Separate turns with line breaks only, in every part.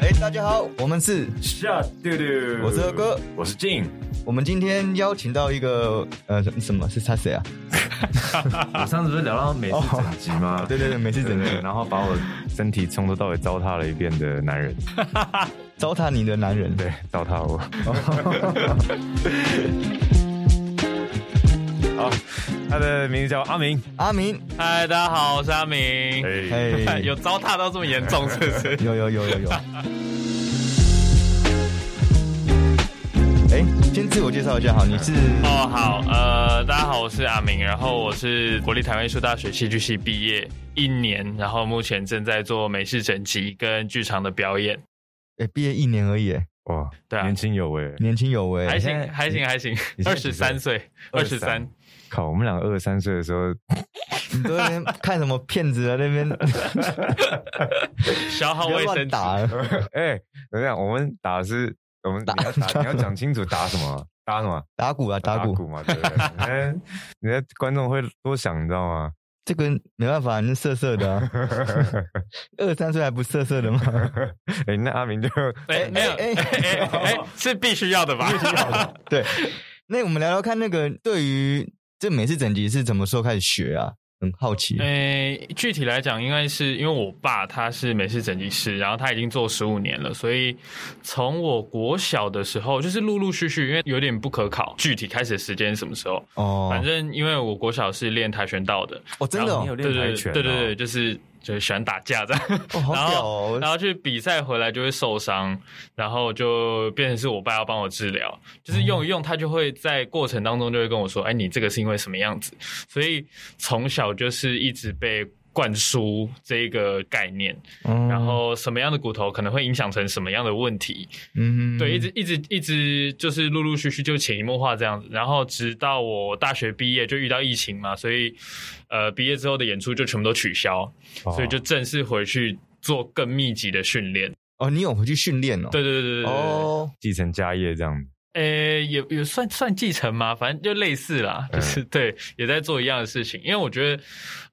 哎家好，我们是，
Shut 丢丢，
我是二哥，
我是静，
我们今天邀请到一个呃什什么是他谁啊？
我上次不是聊到美式整集
啊
吗？
对对对，每次整
对，
个
然后把我身体从头到尾糟蹋了一遍的男 人，
糟蹋你的男人，
对，糟蹋 我。好，他的名字叫阿明。
阿明，
嗨，大家好，我是阿明。
哎，
哎，？
有糟蹋到这么严重是不是
有有有有有。哎，先自我介绍一下好，你是
哦，好，呃，大家好，我是阿明，然后我是国立台湾艺术大学戏剧系毕业一年，然后目前正在做美式整集跟剧场的表演。
哎毕业一年而已，哎
哇，
对啊
年轻有为。
年轻有为，哎
还
现在
行，还行，还行
你，现在
二
几岁
十三岁，二十
23
三，
靠，我们两个二十三岁的时候，
你都在那边看什么骗子啊？那 边
消耗
不要
卫生
乱
纸
打啊，
哎，怎么样？我们打的是，我们
打
你要打，你要讲清楚打什么，打什么，
打鼓啊，打鼓，
嘛，对不对？ 哎人家观众会多想，你知道吗？
这个没办法，你色色的 啊，二三岁还不色色的吗？
哎，那阿明就
哎，没有，
哎
哎
哎
哎哎，是必须要的吧？
对，那我们聊聊看那个对于这美式整集是怎么时候开始学啊？很好奇。
诶、呃具体来讲，应该是因为我爸他是美式整脊师，然后他已经做十五年了，所以从我国小的时候，就是陆陆续续，因为有点不可考，具体开始的时间是什么时候？
哦，
反正因为我国小是练跆拳道的，
哦，真的
然
哦
后你有，
对
练跆
对
拳
对
哦，
对对，就是就是喜欢打架这样。
哦，好
然
屌
后，然
哦！
后去比赛回来就会受伤，然后就变成是我爸要帮我治疗，就是用一用，他就会在过程当中就会跟我说：“哎，你这个是因为什么样子？”所以从小就是一直被灌输这个概念，
嗯
然，后什么样的骨头可能会影响成什么样的问题，
嗯
对，一直一直一直就是陆陆续续就潜移默化这样子，然后直到我大学毕业就遇到疫情嘛，所以呃毕业之后的演出就全部都取消，
哦
所以就正式回去做更密集的训练。
哦，你有回去训练哦？
对对对对对。对
哦，
继承家业这样子。
呃、也也算算继承吗？反正就类似啦，就是、
嗯
对，也在做一样的事情。因为我觉得，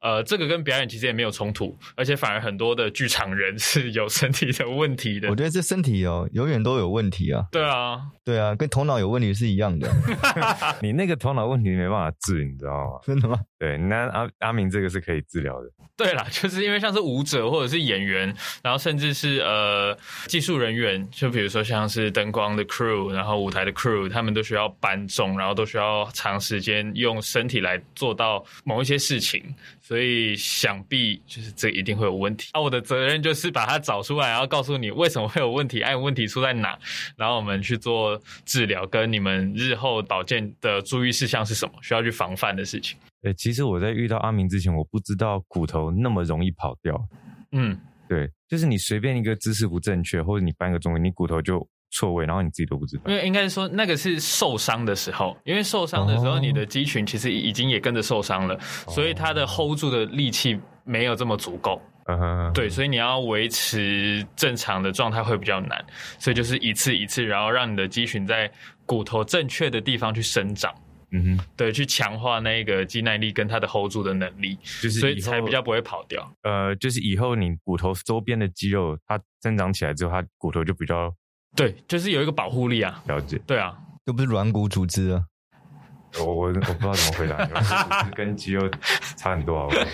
呃，这个跟表演其实也没有冲突，而且反而很多的剧场人是有身体的问题的
我。觉得这身体哦，永远都有问题啊。
对啊，
对啊，跟头脑有问题是一样的，
你那个头脑问题没办法治，你知道吗？
真的吗？
对，那阿阿明这个是可以治疗的。
对啦，就是因为像是舞者或者是演员，然后甚至是呃技术人员，就比如说像是灯光的 crew，然后舞台的 crew，他们都需要搬重，然后都需要长时间用身体来做到某一些事情，所以想必就是这一定会有问题。啊，我的责任就是把它找出来，然后告诉你为什么会有问题，哎，问题出在哪，然后我们去做治疗，跟你们日后保健的注意事项是什么，需要去防范的事情。
对，其实我在遇到阿明之前，我不知道骨头那么容易跑掉。
嗯，
对，就是你随便一个姿势不正确，或者你搬个中位，你骨头就错位，然后你自己都不知道
因。为应该是说那个是受伤的时候，因为受伤的时
哦
候，你的肌群其实已经也跟着受伤了，所以
哦
它的 hold 住的力气没有这么足够。
嗯哼，
对，所以你要维持正常的状态会比较难，所以就是一次一次，然后让你的肌群在骨头正确的地方去生长，
嗯哼，
对，去强化那个肌耐力跟它的 hold 住的能力，
就是
所以
以后
才比较不会跑掉。
呃，就是以后你骨头周边的肌肉它增长起来之后，它骨头就比较
对，就是有一个保护力啊。
了解。
对啊，
又不是软骨组织啊。
我我我不知道怎么回答你，我就是跟肌肉差很多好不好？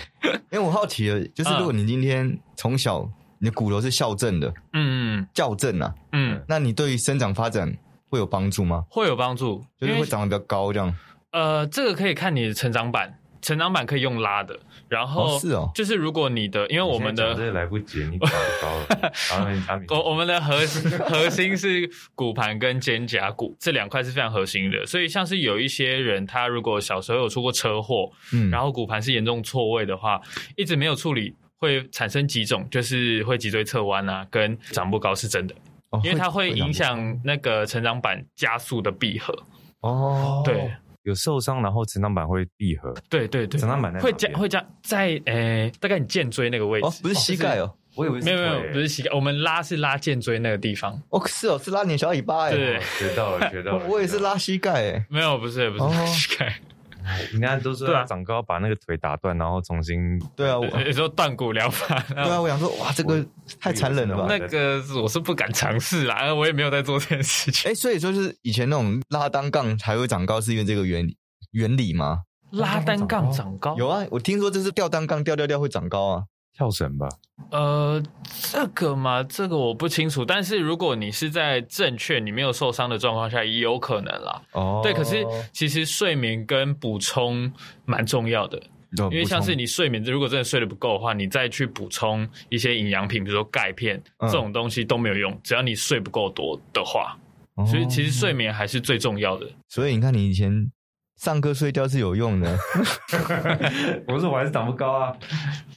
因为我好奇了，就是如果你今天从小你的骨头是校正的，
嗯
校正啊，
嗯，
那你对于生长发展会有帮助吗？
会有帮助，
就是
因为
会长得比较高这样。
呃，这个可以看你的成长板，成长板可以用拉的。然后、
哦是哦
就是如果你的，因为我们
你现在讲这
的
个来不及，你搞高 了。阿明阿明，
我我们的核核心是骨盘跟肩胛骨这两块是非常核心的，所以像是有一些人，他如果小时候有出过车祸，
嗯，
然
后
后骨盘是严重错位的话，一直没有处理。会产生几种，就是会脊椎侧弯啊，跟长不高是真的，
哦
因为它会影响那个成长板加速的闭合。
哦，
对，
有受伤，然后成长板会闭合，
对对对，
成长板在哪
会加
边
会加在诶，大概你肩椎那个位置，
哦，不是膝盖哦，
我以为
没有没有，不是膝盖，我们拉是拉肩椎那个地方，
哦是哦，是拉你的小尾巴哎，
对
哦 学到了，学到
我
了。
我也是拉膝盖哎，
没有，不是不
哦
是膝盖，
人家都说
对啊
要长高把那个腿打断，然后重新
对啊，我
有时候断骨疗法，
对啊，我想说，哇，这个太残忍了吧？
那个我是不敢尝试啦，啊我也没有在做这件事情。
哎、所以说是以前那种拉单杠才会长高，是因为这个原理原理吗？
拉单杠长高
有啊，我听说这是吊单杠，吊吊吊会长高啊。
跳绳吧。
呃，这个嘛，这个我不清楚。但是如果你是在正确、你没有受伤的状况下，也有可能啦。
哦
对，可是其实睡眠跟补充蛮重要的，
因
因为像是你睡眠，如果真的睡得不够的话，你再去补充一些营养品，比如说钙片
嗯
这种东西都没有用，只要你睡不够多的话。所以其实睡眠还是最重要的。
所以你看，你以前上课睡觉是有用 的。
我说我还是长不高啊，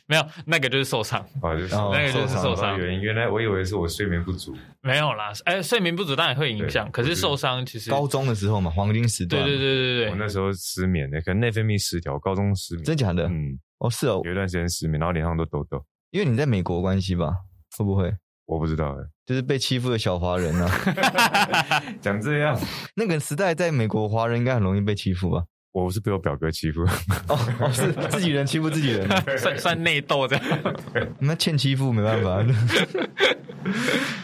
没有，那个就是受伤，
哦，就是
哦
那个就是受
的
伤。
原因。原来我以为是我睡眠不足，
没有啦，哎、睡眠不足当然会影响，
对
可是受伤其实
高中的时候嘛，黄金时
对
段。
对对对
我
对对，
那时候失眠的，可能内分泌失调，高中失眠。
真假的？
嗯，
哦，是哦，
有一段时间失眠，然后脸上都痘痘，
因为你在美国关系吧？会不会
我不知道哎，
就是被欺负的小华人啊？
讲这样，
那个时代在美国华人应该很容易被欺负吧？
我是被我表哥欺负，
哦，哦是自己人欺负自己人啊，
算算内斗这样。
那欠欺负没办 法。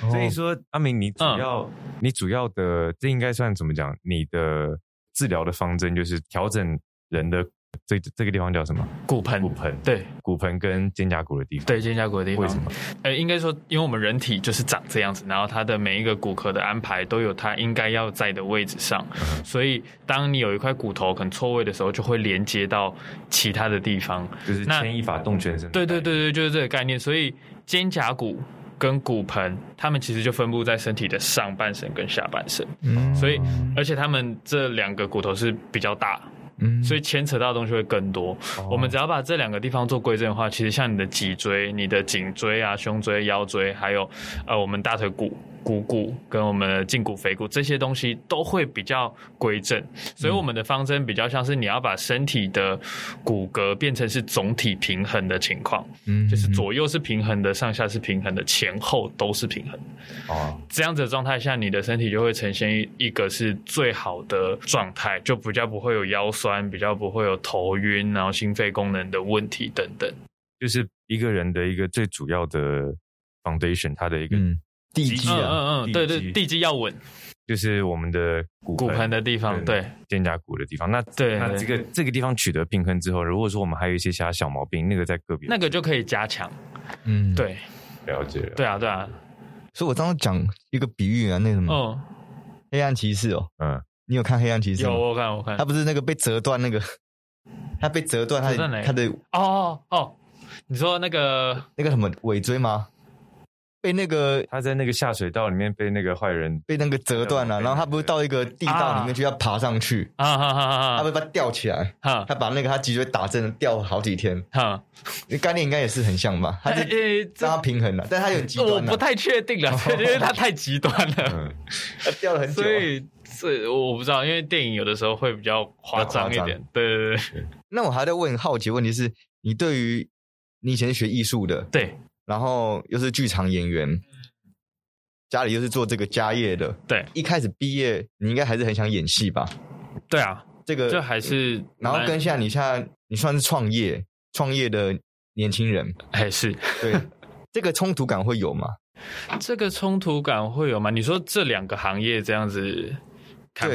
所
哦
以说，阿明，你主
嗯
要、你主要的这应该算怎么讲？你的治疗的方针就是调整人的这这个地方叫什么？
骨盆
骨盆，
对
骨盆跟肩胛骨的地方。
对，肩胛骨的地方
为什么？
呃，应该说，因为我们人体就是长这样子，然后它的每一个骨骼的安排都有它应该要在的位置上，
嗯
所以当你有一块骨头可能错位的时候，就会连接到其他的地方。
就是
那
牵一发动全身。
对对对，对，就是这个概念。所以肩胛骨跟骨盆，它们其实就分布在身体的上半身跟下半身，
嗯
所以而且它们这两个骨头是比较大，
嗯
所
以
以牵扯到的东西会更多。
哦
我们只要把这两个地方做规正的话，其实像你的脊椎、你的颈椎啊、胸椎、腰椎，还有呃我们大腿骨、股骨跟我们的胫骨、腓骨这些东西都会比较规正。所以我们的方针比较像是你要把身体的骨骼变成是总体平衡的情况，
嗯
就是左右是平衡的，上下是平衡的，前后都是平衡的。
哦，
这样子的状态下，你的身体就会呈现一一个是最好的状态，就比较不会有腰酸，比较不会有头晕，然后心肺功能的问题等等。
就是一个人的一个最主要的 foundation，它的一个
嗯，地基
嗯
啊，
嗯嗯，
地
对对，
基
地基要稳，
就是我们的骨
骨盆的地方，对
肩胛骨的地方。那
对
那
对
这个这个地方取得平衡之后，如果说我们还有一些其他小毛病，那个在个别
那个就可以加强。
嗯，。
对
了解了。
对啊对啊，
所以我刚刚讲一个比喻啊，那个什么
嗯，
黑暗骑士哦，
嗯，
你有看黑暗骑士吗
有？我看我看
他，不是那个被折断那个，他被折断他
折断哪
的
个
他的
哦哦，你说那个
那个什么尾椎吗？被那个
他在那个下水道里面被那个坏人
被那个折断了，
对
然后他不是到一个地道里面去要爬上去，
啊
他
哈哈
被
哈
他吊起来，
哈
他
哈
把那个他脊椎打正吊好几天，
哈，
概念应该也是很像吧？他
哎
是
哎
让他平衡了，但他有极
这我
端啊
不
的，
太确定了，因为它太极端了。
嗯，
他吊了很久啊
所。以这我不知道，因为电影有的时候会比较夸张一
比较夸
点
张。
对对对
那我还在问好奇的问题是，你对于你以前是学艺术的，
对
然后又是剧场演员，家里又是做这个家业的，
对
一开始毕业你应该还是很想演戏吧？
对啊，
这个
就还是
然后
蛮
跟现在你现在你算是创业创业的年轻人，
哎是
对这个冲突感会有吗？
这个冲突感会有吗？你说这两个行业这样子
对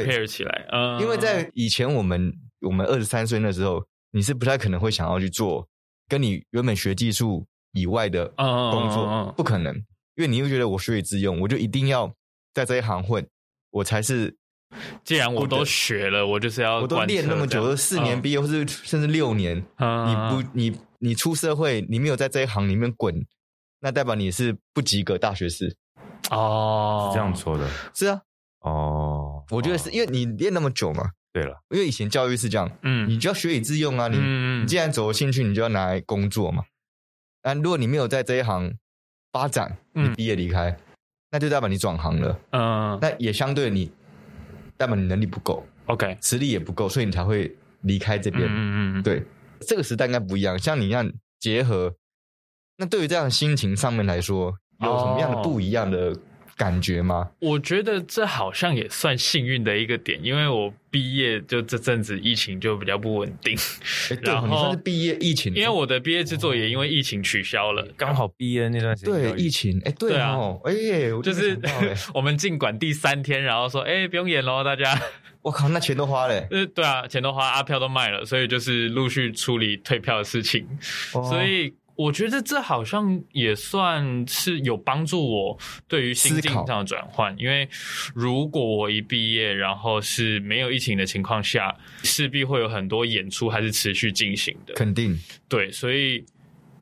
compare 起来，嗯，
因为在以前我们我们二十三岁那时候，你是不太可能会想要去做跟你原本学技术以外的
嗯嗯嗯
工作，
嗯嗯
不可能，因为你又觉得我学以致用，我就一定要在这一行混，我才是
既然我都学了，我就是要
我都
贯彻
练那么
这样
久，都四年毕业，或是甚至六年，
嗯
你
嗯嗯
不你你出社会，你没有在这一行里面滚，那代表你是不及格大学士。
哦
这样说的
是啊，
哦。
我觉得是因为你练那么久嘛，
对了，
因为以前教育是这样，
嗯
你就要学以致用啊，你、
嗯
你既然走了兴趣，你就要拿来工作嘛。那如果你没有在这一行发展，你
嗯
毕业离开，那就代表你转行了，
嗯
那也相对你代表你能力不够，
OK
实力也不够，所以你才会离开这
嗯
边。
嗯嗯嗯
对，这个时代应该不一样，像你一样
哦
结合，那对于这样的心情上面来说，有什么样的不一样的感觉吗？
我觉得这好像也算幸运的一个点，因为我毕业就这阵子疫情就比较不稳定，
哎，对
然
哦，
后
你算是毕业疫情，
因为我的毕业制作也因为疫情取消了，
刚好毕业那段时间
对
有
疫情，哎，对
对啊
哦，哎，我真
就
没
是
想到哎
我们进馆第三天，然后说，哎、不用演喽，大家，
我靠，那钱都花了，哎
呃，对啊，钱都花，阿票都卖了，所以就是陆续处理退票的事情，
哦
所以我觉得这好像也算是有帮助我对于心
思
境
考
上的转换，因为如果我一毕业，然后是没有疫情的情况下，势必会有很多演出还是持续进行的，
肯定
对，所以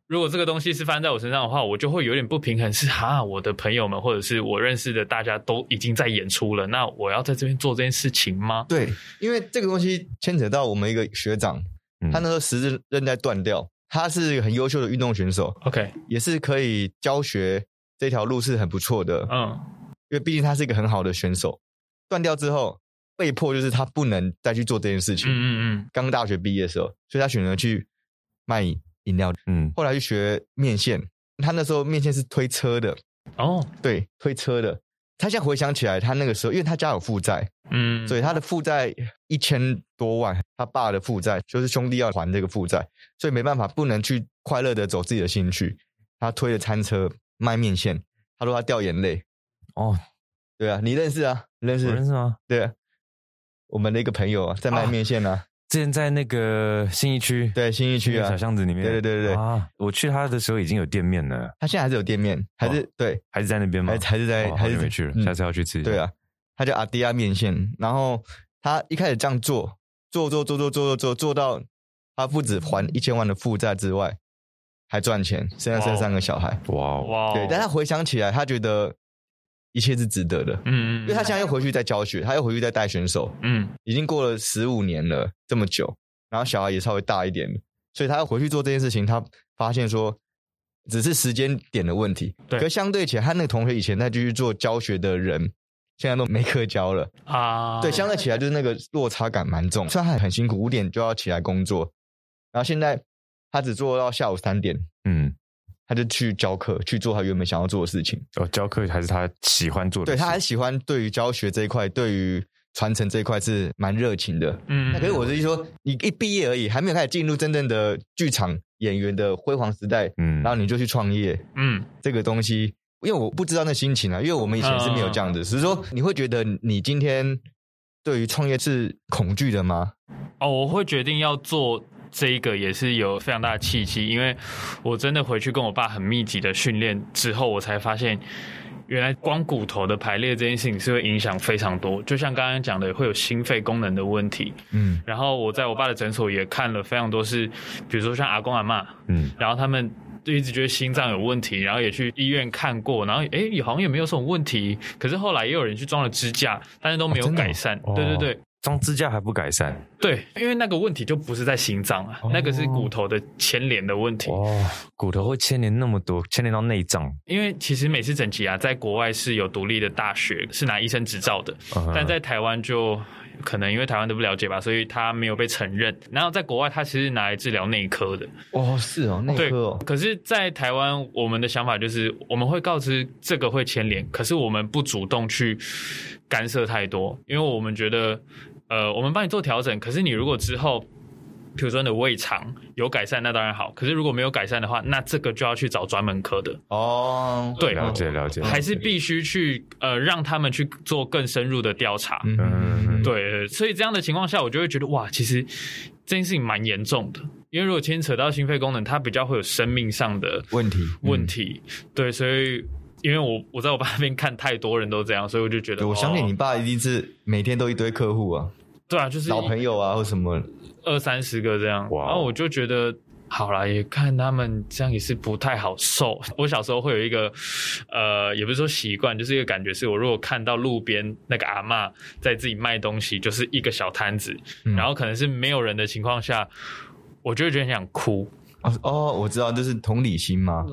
如果这个东西是发生在我身上的话，我就会有点不平衡是，哈，我的朋友们或者是我认识的大家都已经在演出了，那我要在这边做这件事情吗？
对，因为这个东西牵扯到我们一个学长，
嗯
他那时候十字韧带断掉，他是一个很优秀的运动选手，
OK，
也是可以教学这条路是很不错的，
嗯，
因为毕竟他是一个很好的选手。断掉之后，被迫就是他不能再去做这件事
嗯
情。
嗯
刚大学毕业的时候，所以他选择去卖饮料，
嗯
后来去学面线。他那时候面线是推车的，
嗯，哦，
对，推车的。他现在回想起来，他那个时候，因为他家有负债，
嗯，
所以他的负债一千多万，他爸的负债就是兄弟要还这个负债，所以没办法，不能去快乐的走自己的兴趣。他推着餐车卖面线，他说他掉眼泪。
哦，
对啊，你认识啊？你认识？
我认识吗？
对、啊，我们的一个朋友啊，在卖面线啊，
之前在那个信义区，
对新一
信义
区啊
小，巷子里面，
对对对对对
啊，我去他的时候已经有店面了，
他现在还是有店面，还是、对，
还是在那边哦吗
还？还是在、
哦好
还
久
是
没去了，
嗯
下次要去吃一下。
对，啊，他叫阿迪亚面线，然后他一开始这样做，做做做做做做做做到他不止还一千万的负债之外，还赚钱，生了
哇哦
生三个小孩。
哇哦，
哇哦，
对，但他回想起来，他觉得一切是值得的，
嗯，嗯，
因为他现在又回去再教学，他又回去再带选手，
嗯
已经过了十五年了，这么久，然后小孩也稍微大一点了，所以他要回去做这件事情，他发现说只是时间点的问题。
对
可相对起来，他那个同学以前在继续做教学的人，现在都没课教了。
啊，
对，相对起来就是那个落差感蛮重，虽然他很辛苦，五点就要起来工作，然后现在他只做到下午三点，
嗯，
他就去教课，去做他原本想要做的事情。
哦，教课还是他喜欢做的
对
事，
他很喜欢对于教学这一块，对于传承这一块是蛮热情的。
嗯，
那可是我的意思说，你一毕业而已，还没有开始进入真正的剧场演员的辉煌时代，
嗯，
然后你就去创业，
嗯
这个东西，因为我不知道那心情啊，因为我们以前是没有这样
啊
子，只是说你会觉得你今天对于创业是恐惧的吗？
哦，我会决定要做这一个，也是有非常大的契机，因为我真的回去跟我爸很密集的训练之后，我才发现。原来光骨头的排列这件事情是会影响非常多，就像刚刚讲的，会有心肺功能的问题。
嗯，
然后我在我爸的诊所也看了非常多是，比如说像阿公阿嬷，
嗯，
然后他们就一直觉得心脏有问题，然后也去医院看过，然后诶也好像也没有什么问题，可是后来也有人去装了支架，但是都没有
哦真的哦
改善。
哦
对对对，
装支架还不改善，
对，因为那个问题就不是在心脏啊，
哦
那个是骨头的牵连的问题。
哦，骨头会牵连那么多，牵连到内脏，
因为其实美式整脊啊，在国外是有独立的大学，是拿医生执照的，
嗯
但在台湾就可能因为台湾的不了解吧，所以它没有被承认。然后在国外，它其实拿来治疗内科的。
哦，是哦，内
对
科哦，
可是，在台湾，我们的想法就是我们会告知这个会牵连，可是我们不主动去干涉太多，因为我们觉得，呃，我们帮你做调整，可是你如果之后。比如说你的胃肠有改善，那当然好。可是如果没有改善的话，那这个就要去找专门科的。
哦，
对，啊
了解了解，
还是必须去呃让他们去做更深入的调查。
嗯
嗯
对，所以这样的情况下，我就会觉得哇，其实这件事情蛮严重的，因为如果牵扯到心肺功能，它比较会有生命上的
问题嗯
问题。对，所以因为我我在我爸那边看太多人都这样，所以我就觉
对
得，
我相信你
哦
爸一定是每天都一堆客户啊，
对啊，就是
老朋友啊或什么，
二三十个这样，
哇哦
然后我就觉得。好啦，也看他们这样也是不太好受。 我小时候会有一个，呃，也不是说习惯，就是一个感觉，是我如果看到路边那个阿嬷在自己卖东西，就是一个小摊子，
嗯
然后可能是没有人的情况下，我就会觉得很想哭。
哦哦，我知道，就是同理心嘛，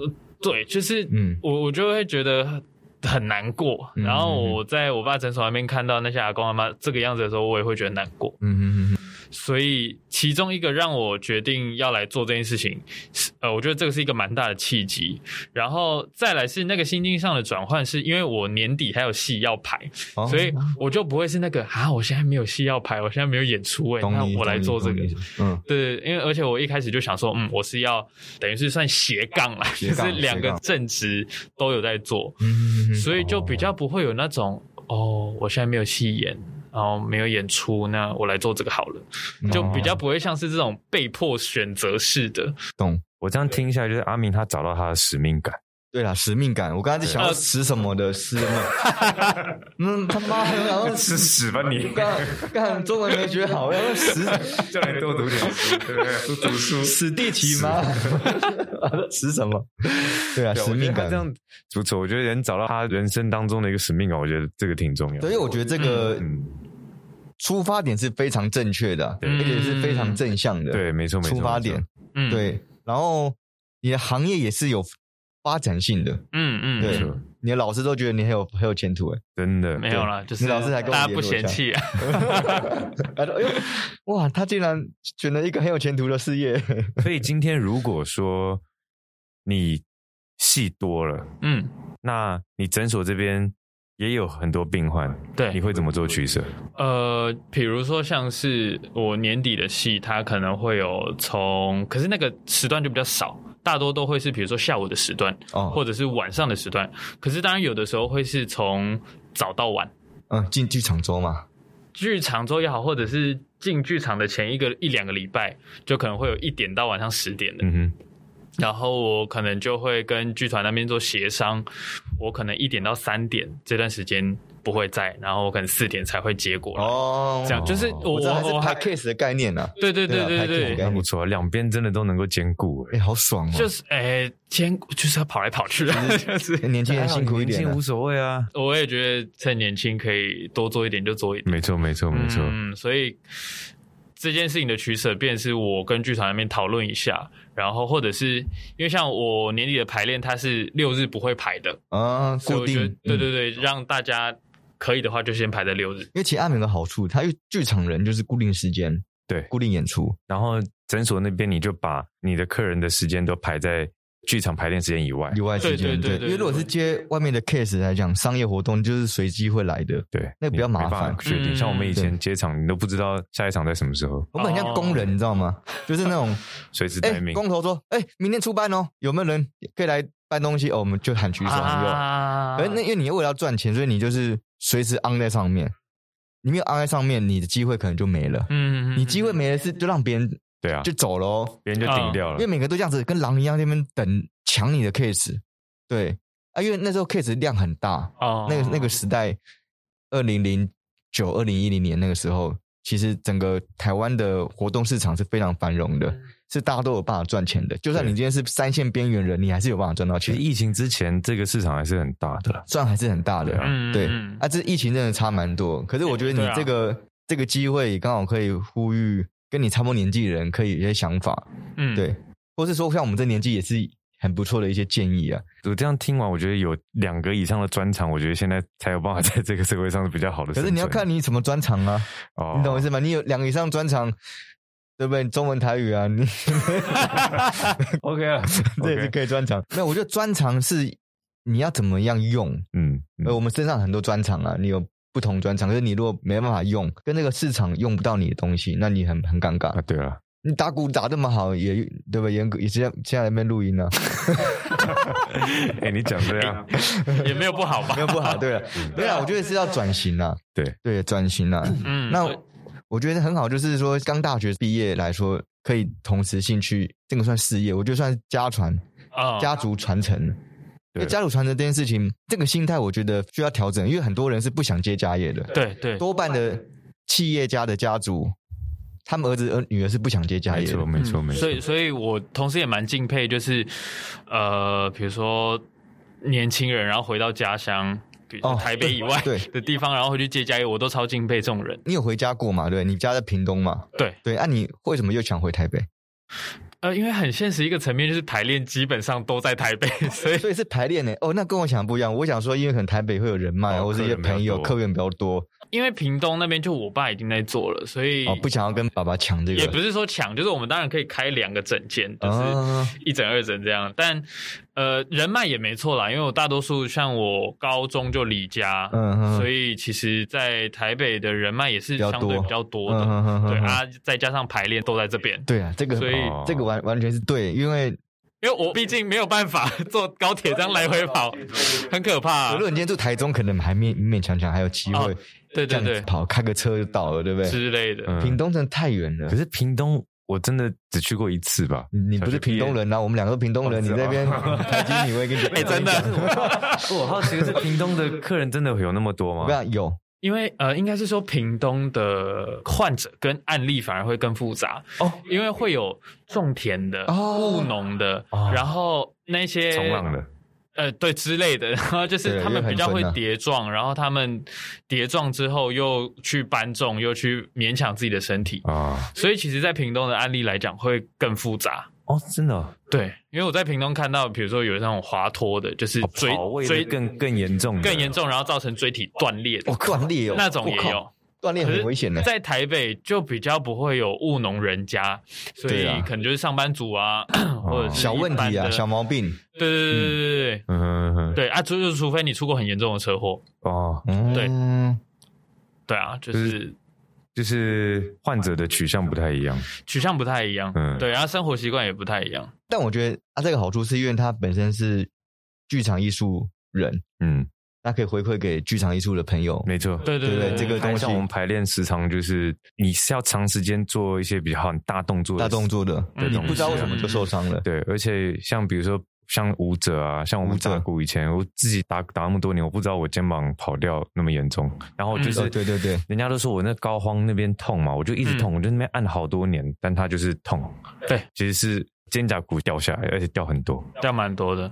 对，就是
嗯，
我我就会觉得很难过。
嗯
然后
嗯嗯
我在我爸诊所那边看到那些阿公阿妈这个样子的时候，我也会觉得难过。
嗯嗯嗯，
所以其中一个让我决定要来做这件事情，是呃，我觉得这个是一个蛮大的契机。然后再来是那个心境上的转换，是因为我年底还有戏要排，
哦
所以我就不会是那个啊，我现在没有戏要排，我现在没有演出哎、
懂
那
你
我来
懂你
做这
懂
个
你。嗯，
对，因为而且我一开始就想说，嗯，我是要等于是算斜杠啦，
斜杠
就是两
斜
个
杠
正职都有在做，
嗯
所以就比较不会有那种哦，我现在没有戏演，然后没有演出，那我来做这个好了，
嗯
嗯
就
哦
比较不会像是这种被迫选择式的。
懂。
我这样听下来，就是阿明他找到他的使命 感。
对啦，使命感，我刚才在想要
呃
吃什么的使命。 嗯，他妈，我想要
吃屎吧你！
干干中文没学好，我要 死
叫 你多读点书，对不对？多读书。
死地奇 吗？死什么？ 对啊，
对
使
我觉得
命
他
感
这。样不错。我觉得人找到他人生当中的一个使命感，我觉得这个挺重要。
对，因为我觉得这个
嗯，
出发点是非常正确的啊，
对嗯
而且是非常正向的。
对，没错，没错。
出发点
没错，
嗯，，
对，然后你的行业也是有发展性的，
嗯嗯，
对
没错
你的老师都觉得你很有很有前途哎，
真的
没有啦，就是
你老师还跟我
大家
联
不
络一
嫌
下
弃、啊，
他说哎呦，哇，他竟然选了一个很有前途的事业，
所以今天如果说你戏多了，
嗯，
那你诊所这边也有很多病患，
对
你会怎么做取舍？
呃，比如说像是我年底的戏，它可能会有从，可是那个时段就比较少，大多都会是比如说下午的时段，
哦
或者是晚上的时段。可是当然有的时候会是从早到晚，
嗯，进剧场周嘛，
剧场周也好，或者是进剧场的前一个一两个礼拜，就可能会有一点到晚上十点的。
嗯
然后我可能就会跟剧团那边做协商，我可能一点到三点这段时间不会在，然后我可能四点才会结果来。
哦，
这样就是我
我这还是
我还
拍 case 的概念呢，
对对对
对啊
对
拍
对
片
哼，那不错，两边真的都能够兼顾、欸。
哎，好爽哦，
就是诶，兼顾就是要跑来跑去 的，就是。
年轻人辛苦一点
年
啊
轻无，所谓啊。
我也觉得趁年轻可以多做一点就做一点，
没错，没错，没错。
嗯，所以这件事情的取舍，便是我跟剧团那边讨论一下，然后或者是因为像我年底的排练，它是六日不会排的，
啊，
所以
固
我觉得
定，
对
嗯
对对，让大家可以的话就先排在六日。
因为其实阿明有个好处，他因为剧场人就是固定时间、
对，
固定演出，
然后诊所那边你就把你的客人的时间都排在剧场排练时间以外
以。外时间，
对对对对
因为如果是接外面的 case 来讲，商业活动就是随机会来的，
对，
那个比较
你没
麻烦
办法确定，
嗯
像我们以前接场，你都不知道下一场在什么时候，
我们很像工
哦
人，你知道吗？就是那种，
随时
哎、
待命。
工头说，哎、明天出班哦，有没有人可以来搬东西？哦，我们就喊举手，很热。
啊
而哎那因为你为了要赚钱，所以你就是随时 on 在上面，你没有 on 在上面，你的机会可能就没了。
嗯
你机会没了是就让别人
对啊，
就走了哦，
别人就
嗯
顶掉
因
了
为。每个都这样子跟狼一样在那边等抢你的 case，对啊，因为那时候 case 量很大，
哦
那个那个时代，二零零九、二零一零年那个时候，其实整个台湾的活动市场是非常繁
嗯
荣的，是大家都有办法赚钱的。就算你
对
今天是三线边缘人，你还是有办法赚到
其
钱
实，疫情之前，这个市场还是很大的啦。
赚还是很大的
对。啊
嗯
对
嗯
啊，这疫情真的差蛮多。可是我觉得
对
你
啊
这个、这个机会刚好可以呼吁跟你差不多年纪的人，可以有一些想法，
嗯
对，或是说像我们这年纪也是很不错的一些建议啊。
我这样听完，我觉得有两个以上的专场，我觉得现在才有办法在这个社会上是比较好的
可
生存。
是你要看你什么专长啊。
哦，
你懂我意思吗？你有两个以上专长，对不对？中文、台语啊，你
？OK 啊，
这也是
OK
可以专长。没有，我觉得专长是你要怎么样用。
嗯，
呃，
嗯
我们身上很多专长啊，你有不同专长，可是你如果没办法用，跟那个市场用不到你的东西，那你很很尴尬
啊，。对了，
你打鼓打这么好，也对不对？严格也是要现在在那边录音呢、啊，
哎，你讲 这样，
也没有不好吧
没？有不好。对 了， 对啊，我觉得是要转型啊，
嗯对
对，转型啊。
嗯
那我我觉得很好，就是说刚大学毕业来说，可以同时兴趣，这个算事业，我觉得算家传。
啊
家族传承。因
哦对
为家族传承这件事情，这个心态我觉得需要调整，因为很多人是不想接家业的，
对对
多半的企业家的家族，他们儿子儿女儿是不想接家
没
业
错，
的。
没错，没错
嗯所。以，所以我同时也蛮敬佩，就是呃，比如说年轻人，然后回到家乡，比如说
哦
台北以外
对
的地方，然后回去接家业，我都超敬佩这种人。
你有回家过嘛？对，你家在屏东嘛？
对，
对，那、你为什么又想回台北？
呃，因为很现实一个层面就是排练基本上都在台北， 所以
所以是排练呢。哦，那跟我想的不一样。我想说，因为可能台北会有人脉，
哦
或者一些朋友、
客
客源比较多，
因为屏东那边就我爸已经在做了，所以
哦，不想要跟爸爸抢这个。
也不是说抢，就是我们当然可以开两个整间，就是
啊，
一整二整这样。但呃，人脉也没错啦，因为我大多数像我高中就离家，
嗯嗯，
所
以
以其实在台北的人脉也是
比较
相对
多
比较多的。
嗯
对，啊，再加上排练都在这边，
对啊，这个
所以
这个完完全是对，因为
因为我毕竟没有办法坐高铁这样来回跑，很可怕、
如果你今天住台中，可能还勉勉强强还有机会
啊哦，
这
对对
样子
对
跑开个车就到了，对不对？
之类的。
嗯
屏东真的太远了
可。是屏东我真的只去过一次吧。
你你不是屏东人呐、啊？我们两个都屏东人，
哦
你
是吗
那边 台积你会跟你讲，
哎真的
可是我好 奇我好奇的是，屏东的客人真的会有那么多
我
吗
跟？你讲有，
因为呃，应该是说屏东的患者跟案例反而会更复杂
哦，
因为会有种田的、
哦
务农的，
哦
然后那些
冲浪的，
呃，对之类的， 然后就是
对
他们比较
因为很
会
分啊
叠撞，然后他们叠撞之后又去搬重，又去勉强自己的身体，
啊，
所以其实，在屏东的案例来讲会更复杂。
哦，真的哦
对，因为我在屏东看到，比如说有那种滑脱的，就是椎
跑位
椎
的更更严重，
更严，重，然后造成椎体断裂的
我、断裂哦，
那种
我
也
靠
有，。
断裂
可
很
是
危险的。
在台北就比较不会有务农人家，所以
对啊
可能就是上班族啊，
哦
或者是
小问
一
题
般
啊，
的
小毛病。
对对对对对对。
嗯嗯嗯，
对啊，除除非你出过很严重的车祸，
哦，
嗯，
对对啊，就是
就是患者的取向不太一样，
取向不太一样，
嗯
对，然后生活习惯也不太一样，
但我觉得他这个好处是因为他本身是剧场艺术人，
嗯，
那可以回馈给剧场艺术的朋友。
没错，
对对
对
对
这个
排
东西
像我们排练时常就是你是要长时间做一些比较很大动作的
大动作的，
嗯
你不知道为什么
嗯
就受伤了。
对，而且像比如说像舞者啊，像我们
舞者
打鼓以前，我自己打打那么多年，我不知道我肩膀跑掉那么严重，然后就
嗯
是、
哦对对对，
人家都说我那膏肓那边痛嘛，我就一直痛，我就那边按好多年，但它就是痛。
对，
其实是肩胛骨掉下来，而且掉很多。
这样蛮多的。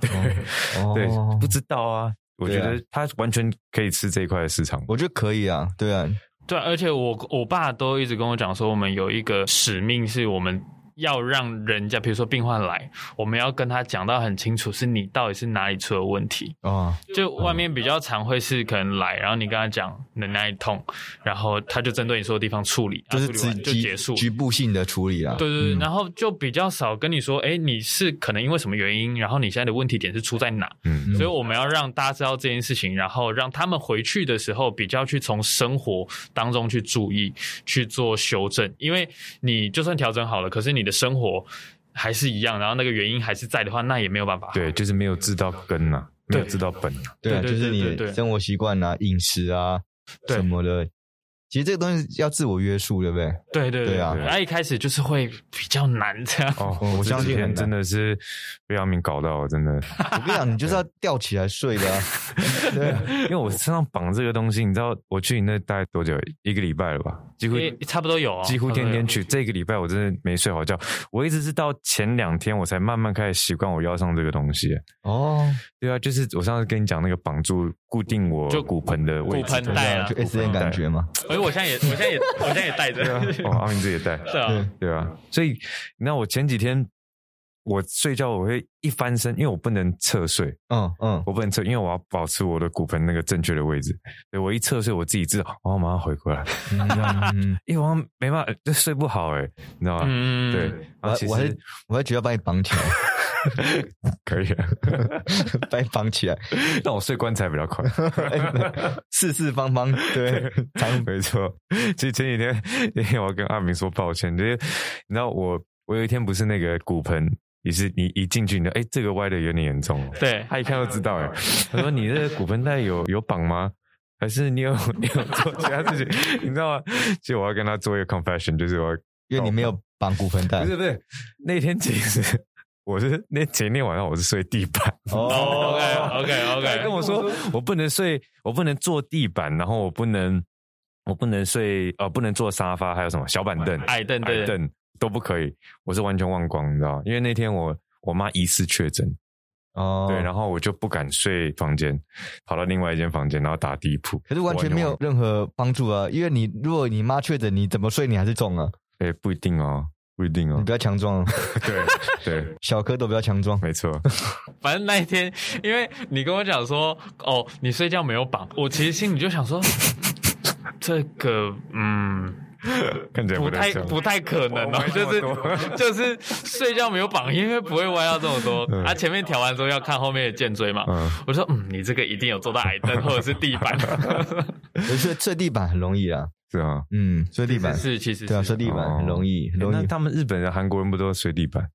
哦
对，不知道啊，我觉
对啊
得他完全可以吃这一块的市场。
我觉得可以啊，对啊，
对，而且我我爸都一直跟我讲说，我们有一个使命，是我们要让人家，比如说病患来，我们要跟他讲到很清楚，是你到底是哪里出了问题。
哦，
就外面比较常会是可能来，然后你跟他讲你的哪里痛，然后他就针对你说的地方处理，
就是
啊处理
只
完就
局
结束。
局部性的处理啦。
对对对，
嗯
然后就比较少跟你说，哎，你是可能因为什么原因，然后你现在的问题点是出在哪？
嗯
嗯
所以我们要让大家知道这件事情，然后让他们回去的时候比较去从生活当中去注意去做修正，因为你就算调整好了，可是你的生活还是一样，然后那个原因还是在的话，那也没有办法。
对，就是没有治到根呐、没
对
有治到本、啊。
对啊，
对
就
对
是
对对
你
对
生活习惯啊、饮食啊
对
什么的，其实这个东西要自我约束，对不对？
对对
对啊
然后一开始就是会比较难这样。
哦，
我
我这
相
几
信很
天
难
真的是被杨明搞到，真的，
我跟你讲，你 就是要吊起来睡的啊。对啊，
因为我身上绑这个东西，你知道，我去你那大概多久？一个礼拜了吧，几乎
也差不多有、哦，
几乎天
差不多有
天去。这个礼拜我真的没睡好觉，我一直是到前两天我才慢慢开始习惯我腰上这个东西。啊
哦，
对啊，就是我上次跟你讲那个绑住固定我
就
骨盆的位置，
骨盆带啊
就 S N 感觉嘛。
哎，我现在也，我现在也，我现在也带 着。
哦，阿明这也带，
对啊，
对啊，所以那我前几天我睡觉我会一翻身，因为我不能侧睡，
嗯 嗯，
我不能侧，因为我要保持我的骨盆那个正确的位置。对我一侧睡，我自己知道，哦，马上回过来，
嗯，
因为我好像没办法，就睡不好哎、你知道吗？
嗯，
对，
我
然后
还
其
我还是
实
我还觉得要把你绑起来，
可 以啊，
把你绑 起来，
但我睡棺材比较快。
四四方方，对，长
没错，其实前几天那天我要跟阿明说抱歉，就是你知道我我有一天不是那个骨盆，也是你一进去你就哎、这个歪的有点严重哦，
对，
他一看就知道哎，他说你这个骨盆带有有绑吗？还是你有你有做其他事情， 你知道吗？其实我要跟他做一个 confession，就是我要
因为你没有绑骨盆带
不。是不是那天其实 我是那前天晚上我是睡地板，
哦
他跟
，OK，OK，OK，
我说我不能睡，我不能坐地板，然后我不能我不能睡呃不能坐沙发，还有什么小板凳、
矮凳，
矮
对，
凳都不可以。我是完全忘光，你知道吗？因为那天我我妈疑似确诊，
哦，
对，
后
然后我就不敢睡房间，跑到另外一间房间，然后打地铺。
可是完全没有
我忘，
任何帮助啊，因为你如果你妈确诊，你怎么睡你还是中啊。
哎，不一定哦。不一定
你
哦
不。要强壮哦，
对对，
小蝌蚪不要强壮。
没错，
反正那一天，因为你跟我讲说，哦，你睡觉没有绑，我其实心里就想说，这个，嗯，
看起来
不
太
太不太可能哦，就是就是睡觉没有绑，因为不会弯到这么多。啊，前面调完之后要看后面的肩椎嘛。
嗯
我说，嗯，你这个一定有做到矮凳或者是地 板，
所以睡地板很容易啊，
是啊。
嗯，睡地板，
是其实
对啊，
是
睡地板
哦
很容易，很容
那
易。
他们日本人、韩国人不都睡地板？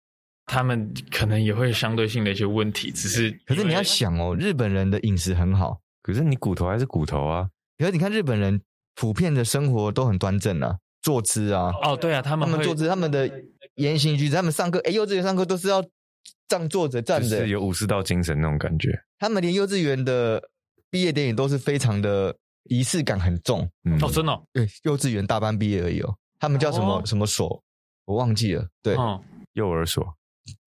他们可能也会有相对性的一些问题，只是
可是你要想哦，日本人的饮食很好，
可是你骨头还是骨头啊，
可是你看日本人普遍的生活都很端正啊，坐姿啊，
哦，对啊，他
他
们
们
会
坐姿，他们的言行举止，他们上课，哎，幼稚园上课都是要这样坐着站
就
着
是，有武士道精神那种感觉。
他们连幼稚园的毕业典礼都是非常的仪式感很重。
嗯，
哦，真的哦，
对，幼稚园大班毕业而已哦，他们叫什么、
哦
什么所，我忘记了。对，
嗯，
幼儿所，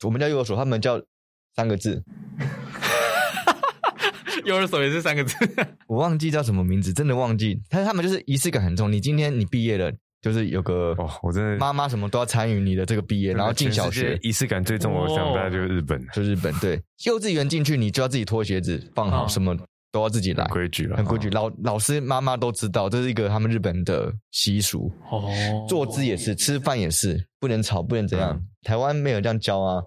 我们叫幼儿所，他们叫三个字，
幼儿手也是三个字，
我忘记叫什么名字，真的忘记。但是他们就是仪式感很重，你今天你毕业了，就是有个
哦，我真的
妈妈什么都要参与你的这个毕业，然后进小
全世
学
界。仪式感最重，我想
哦
大家就是日本
就日本对，幼稚园进去你就要自己脱鞋子放好，
哦
什么都要自己来
很，规矩了，哦
很规矩。老老师妈妈都知道，这是一个他们日本的习俗。
哦，
坐姿也是，吃饭也是，不能吵，不能怎样。
哦嗯
台湾没有这样教啊，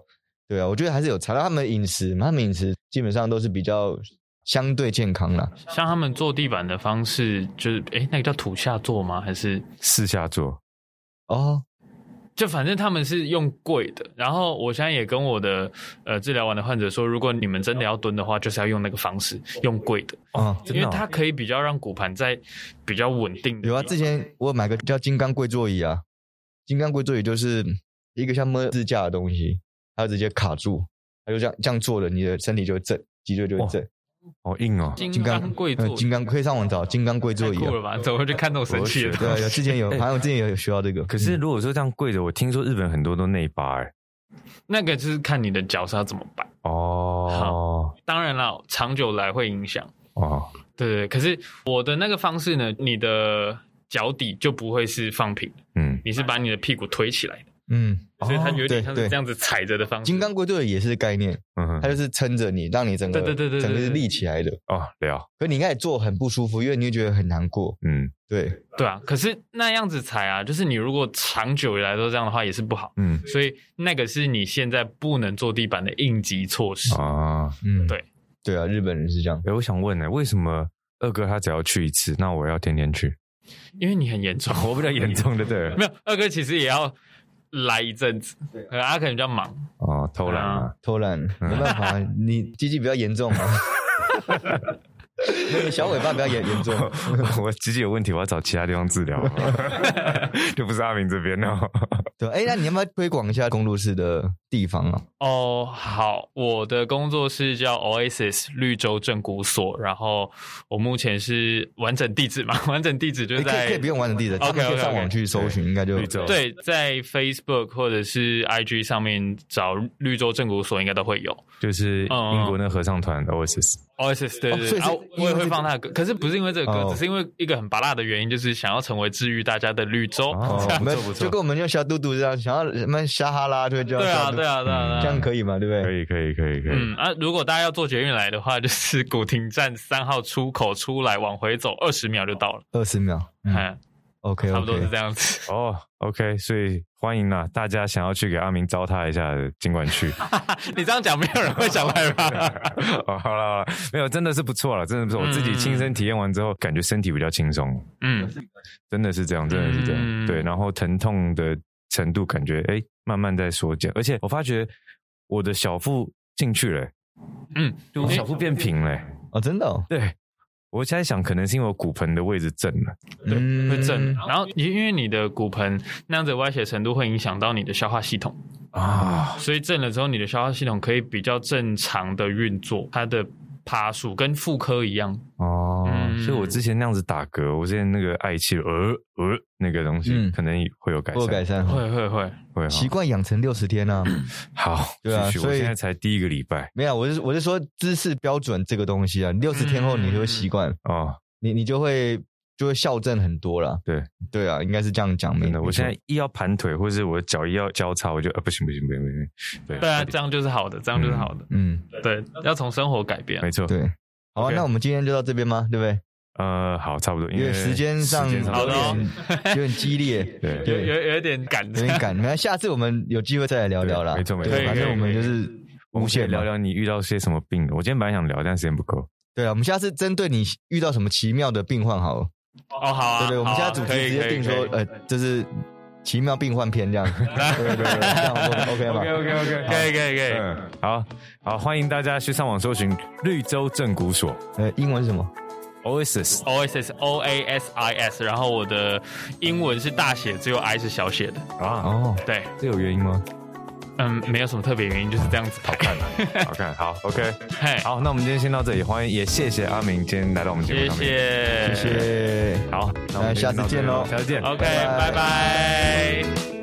对啊，我觉得还是有查到他们的饮食，他们饮食基本上都是比较相对健康啦。
像他们坐地板的方式，就是诶，那个叫土下坐吗？还是
四下坐，
哦，
就反正他们是用跪的。然后我现在也跟我的呃治疗完的患者说，如果你们真的要蹲的话，就是要用那个方式，用跪的，
哦，
因
的
为
哦
它可以比较让骨盘在比较稳定的地
有
方。
啊，之前我有买个叫金刚跪座椅啊，金刚跪座椅就是一个像么支架的东西，它直接卡住，它就这样这样坐了，你的身体就会正，脊椎就会正。
好硬哦，
金刚跪坐
呃，金刚可以上网找金刚跪座
哦太
椅、
哎酷了
啊。
吧？怎么会去看这种神奇的
对
东
啊，
西？
有之前有，好像我之前有学到这个。
可是如果说这样跪着，我听说日本很多都内八哎。
那个就是看你的脚是要怎么摆。
哦
当然啦，长久来会影响。
哦，
对对，对可是我的那个方式呢，你的脚底就不会是放平，
嗯，
你是把你的屁股推起来的，
嗯，
所以它有点像
对对
是这样子踩着的方式。
金刚跪座椅也是概念，
嗯
它就是撑着你，让你整个
对对对对对
整个是立起来的。
哦，了，
可你应该也坐很不舒服，因为你会觉得很难过。
嗯
对，
对啊，可是那样子踩啊，就是你如果长久以来都这样的话，也是不好。
嗯
所以那个是你现在不能坐地板的应急措施。
啊，
嗯，
对，
对啊，日本人是这样。
哎，我想问呢，为什么二哥他只要去一次，那我要天天去？
因为你很严重，
哦
我比较严。重的， 对
没有，二哥其实也要来一阵子，呃他可能比较忙。
哦，偷懒啊，
偷懒没办 法，你鸡鸡比较严重嘛， 那个小尾巴比较严严重。
我自己有问题，我要找其他地方治疗， 就不是阿明这边哦。
对，哎，那你要不要推广一下公路市的地方啊？
哦，好，我的工作室叫 Oasis 绿洲镇骨所，然后我目前是完整地址嘛， 完整地址就
哎可
在
以可以不用完整地址，他
OK，OK，OK
们可以上网去搜寻，应该就
绿洲
对，在 Facebook 或者是 IG 上面找绿洲正骨所应该都会有。
就是哦英国那合唱团 Oasis，
Oasis 对
哦
对
所
对，
以
啊
是因为
我也
这
会
个
放他的歌，可是不是因为这个歌，
哦
只是因为一个很拔辣的原因，就是想要成为治愈大家的绿洲。
哦
我们
不错不错
就跟我们用小嘟嘟这样，想要什么撒哈拉就会叫
对
小
啊，
嘟嘟
对啊，对啊，
这
对啊
样可以吗？对不
可
对？
以可以可以可以，
嗯啊，如果大家要坐捷运来的话，就是古亭站三号出口出来，往回走二十秒就到了，
二十秒，嗯
嗯，
，OK，
差不多
OK
是这样子。
哦，OK，所以欢迎啦，大家想要去给阿明糟蹋一下的，尽管去。
你这样讲，没有人会想来吧？
哦，好了好了，没有，真的是不错了，真的不错。我自己亲身体验完之后，感觉身体比较轻松，
嗯，
真的是这样，真的是这样。
嗯
对，然后疼痛的程度感觉哎慢慢在缩减，而且我发觉我的小腹进去了、
嗯，
就我小腹变平了、
哦，真的哦，
对，我现在想，可能是因为我骨盆的位置正了。
嗯
对，会震。然后因因为你的骨盆那样子的歪斜程度会影响到你的消化系统，
啊，
所以震了之后，你的消化系统可以比较正常的运作，它的爬树跟妇科一样。
哦，
嗯
所以我之前那样子打嗝，我之前那个嗳气，呃呃，那个东西、
嗯
可能会有改
会有
善，
改善，
会会会，
会哈
习惯养成六十天 啊。
好，
对啊
继续
所
我
以
现在才第一个礼拜
没有，我是我是说姿势标准这个东西啊，六十天后你就会习惯，
哦，
你你就会就会校正很多啦。
对
对啊，应该是这样讲没
真的，
没
我现
错
在一要盘腿，或者是我脚一要交叉，我就呃不行不行不行不行，对
对啊，这样就是好的，这样就是好的。
嗯，
对，要从生活改变。
没错，
对。好啊
OK
那我们今天就到这边吗？对不对？
呃，好，差不多，因
因为时间上
时间
好
有
的哦
点有点激烈，
对
有有有点赶
有点赶。没关系下次我们有机会再来聊聊啦。
对没错没
对
错可以
反正
可以
我们
可
就
以
是
我
无
们可以
限嘛
聊。聊你遇到些什么病的。我今天本来想聊，但时间不够。
对啊，我们下次针对你遇到什么奇妙的病患好了。
哦，好啊，
对对，我们
好
现
啊
在主题
可以
直接
可以
定
可以
说，呃，就是奇妙病患篇这样。对对对，这样 OK 吗
OK
可以可以可以，
嗯，好好，欢迎大家去上网搜寻绿洲正骨所
呃，英文是什么？
Oasis。
Oasis O A S I S，然后我的英文是大写，只有 I 是小写的。
啊，
哦，
对，
这有原因吗？
嗯，没有什么特别原因，就是这样子。好看，
好看，好，OK，
嘿，
好，那我们今天先到这里，欢迎也谢谢阿明今天来到我们节目
谢
上面，
谢，
谢谢。
好，那我们
那下次见喽
下次见，
OK，
拜拜
拜拜。